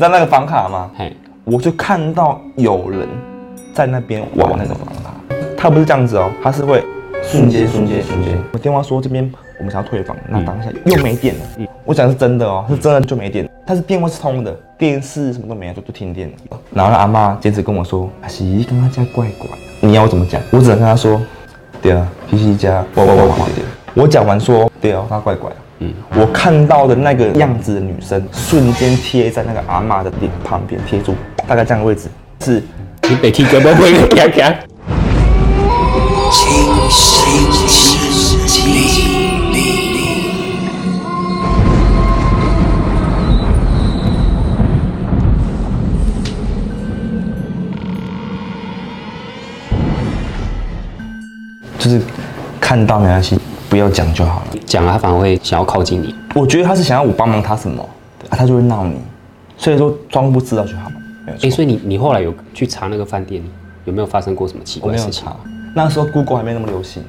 知道那个房卡吗？嘿，我就看到有人在那边玩那个房卡，他不是这样子哦，他是会瞬间瞬间瞬间。我电话说这边我们想要退房，那当下又没电了。我讲的是真的哦，是真的就没电，但是电话是通的，电视什么都没有，就就停电了。然后那阿妈坚持跟我说：“阿西，跟他家怪怪的。”你要我怎么讲？我只能跟他说：“对啊，西西家怪怪怪怪的。”我讲完说：“对哦，他怪怪的。”嗯，我看到的那个样子的女生，瞬间贴在那个阿妈的脸旁边贴住，大概这样的位置，是你被踢个包包给夹夹。就是看到没关系，不要讲就好了。讲了他反而会想要靠近你。我觉得他是想要我帮忙他什么，啊、他就会闹你，所以说装不知道就好，没有哎、错。所以你你后来有去查那个饭店有没有发生过什么奇我怪没的有事情查？，那时候 Google 还没那么流行，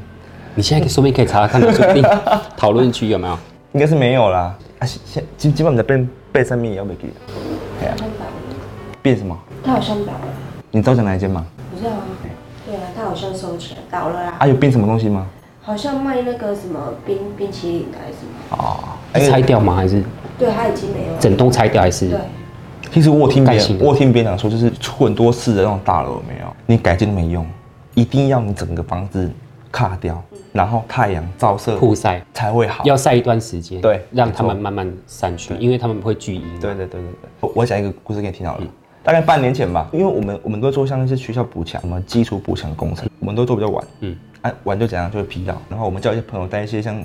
你现在可以说不定可以查查看，说不定 讨论区有没有？应该是没有啦。啊，现现今今晚在变变上面也要被举，哎呀、变什么？他好像倒了，你知道讲哪一间吗？不知道啊。对啊，他好像收起来倒了啦，啊，有变什么东西吗？好像卖那个什么冰冰淇淋的还是什么，哦，是哎拆掉吗？还是对他已经没有了。整栋拆掉？还是对，其实我有听别盖新人，的我有听别人讲说，就是出很多事的那种大楼有没有，你改建都没用，一定要你整个房子卡掉，然后太阳照射曝晒？才会好。要晒一段时间，对让他们没错慢慢散去，因为他们会聚阴。对对对对对，我我讲一个故事给你听好了。大概半年前吧，因为我们我们都做像是学校补强、什么基础补强工程，我们都做比较晚。嗯嗯，哎、晚就怎样就会疲劳，然后我们叫一些朋友带一些像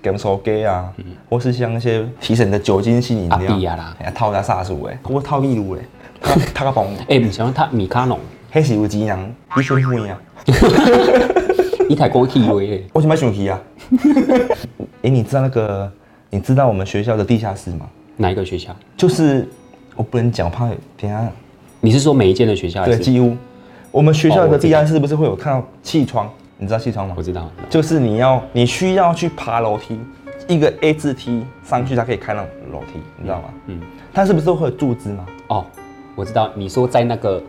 g a m s o gay 啊，或是像一些提神的酒精性饮阿比料亚啦哎呀，套加煞素哎，我套一路哎，他他个帮我，哎、你想让他米卡农，黑是有钱人，你想咩啊？你太过气味嘞，我想买想去啊。 哎，你知道那个，你知道我们学校的地下室吗？哪一个学校？就是我不能讲，我怕等一下你是说每一间的学校？还对，是？几乎。我们学校哦我的知地下室不是会有看到气窗？你知道气窗吗我？知道，就是你要，你需要去爬楼梯，一个 A 字梯上去，它可以开那种楼梯，你知道吗？嗯，它是不是会有柱子吗？哦，我知道，你说在那个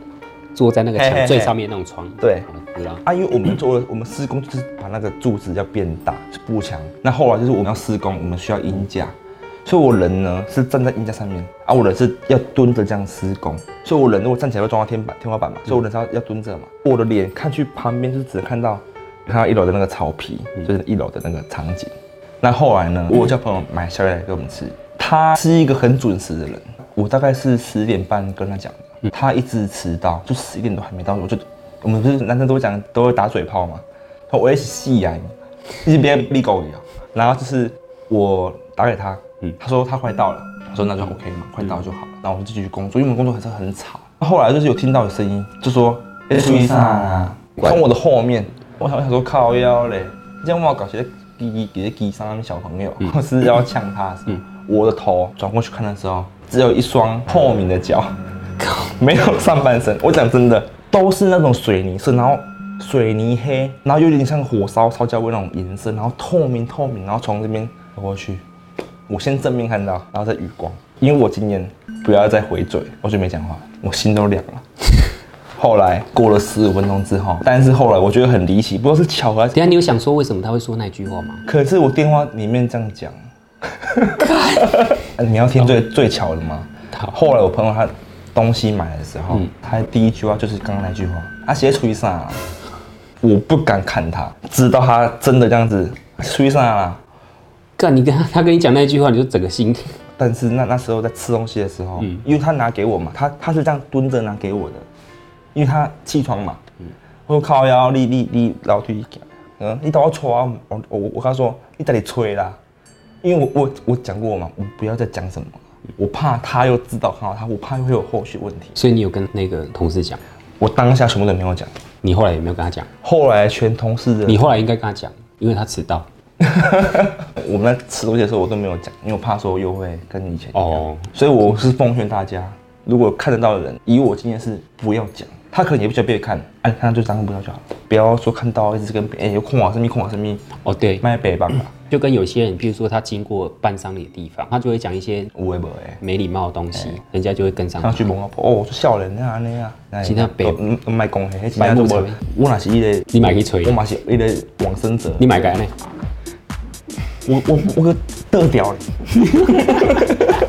坐在那个嘿嘿墙嘿最上面那种床，对我知道。啊，因为我们做了，我们施工就是把那个柱子要变大，是步墙。那后来就是我们要施工，我们需要鹰架，所以我人呢是站在鹰架上面，啊，我人是要蹲着这样施工，所以我人如果站起来会撞到天板、天花板嘛，所以我人是要要蹲着嘛。我的脸看去旁边就是只能看到看到一楼的那个草皮，就是一楼的那个场景。那后来呢，我有叫朋友买宵夜来给我们吃，他是一个很准时的人，我大概是十点半跟他讲的，他一直迟到，就十一点都还没到，我就我们不是男生都会讲都会打嘴炮嘛，他说我也是戏癌嘛，一直别立狗你啊，然后就是我打给他，他说他快到了，我说那就 OK 嘛，快到就好了，然后我们就继续工作，因为我们工作还是很吵，后来就是有听到有声音，就说哎注意上啊，从我的后面，我想想说靠腰嘞，这样我搞些滴滴些滴上那边小朋友， 或是要呛他什么，我的头转过去看的时候，只有一双透明的脚。 没有上半身。我讲真的，都是那种水泥色，然后水泥黑，然后有点像火烧烧焦味那种颜色，然后透明透明，然后从这边走过去。我先正面看到，然后再余光，因为我经验不要再回嘴，我就没讲话，我心都凉了。后来过了十五分钟之后，但是后来我觉得很离奇，不知道是巧合还是等一下你有想说为什么他会说那句话吗？可是我电话里面这样讲， 你要听最最巧的吗？好后来我朋友他东西买的时候，他第一句话就是刚刚那句话，啊，鞋出去上啊，我不敢看他，知道他真的这样子出去上啊。干，你跟他 他跟你讲那句话，你就整个心 但是那那时候在吃东西的时候，因为他拿给我嘛，他他是这样蹲着拿给我的，因为他气喘嘛，我说靠腰，你你你楼梯行，嗯，你等我吹啊，我我我我跟他说，你在里吹啦，因为我我我讲过嘛，我不要再讲什么，我怕他又知道看到他，我怕会有后续问题，所以你有跟那个同事讲，我当下什么都没有讲，你后来有没有跟他讲？后来全同事的你后来应该跟他讲，因为他迟到。我们在吃东西的时候我都没有讲，因为我怕说又会跟以前一样，哦所以我是奉劝大家，如果看得到的人，以我经验是不要讲，他可能也不需要被看，按看就当看不到就好了，不要说看到一直跟别人哎有空啊生命空啊生命，哦，对，卖北吧，就跟有些人，譬如说他经过办丧礼的地方，他就会讲一些无为不为。没礼貌的东西，人家就会跟上上哎去。去问我，哦，说笑人啊，那样啊，真的白嗯，唔卖讲嘿，真正都白无目贼。我若是迄个，你嘛去找伊我嘛是迄个往生者。你买个呢？我我我个得掉了。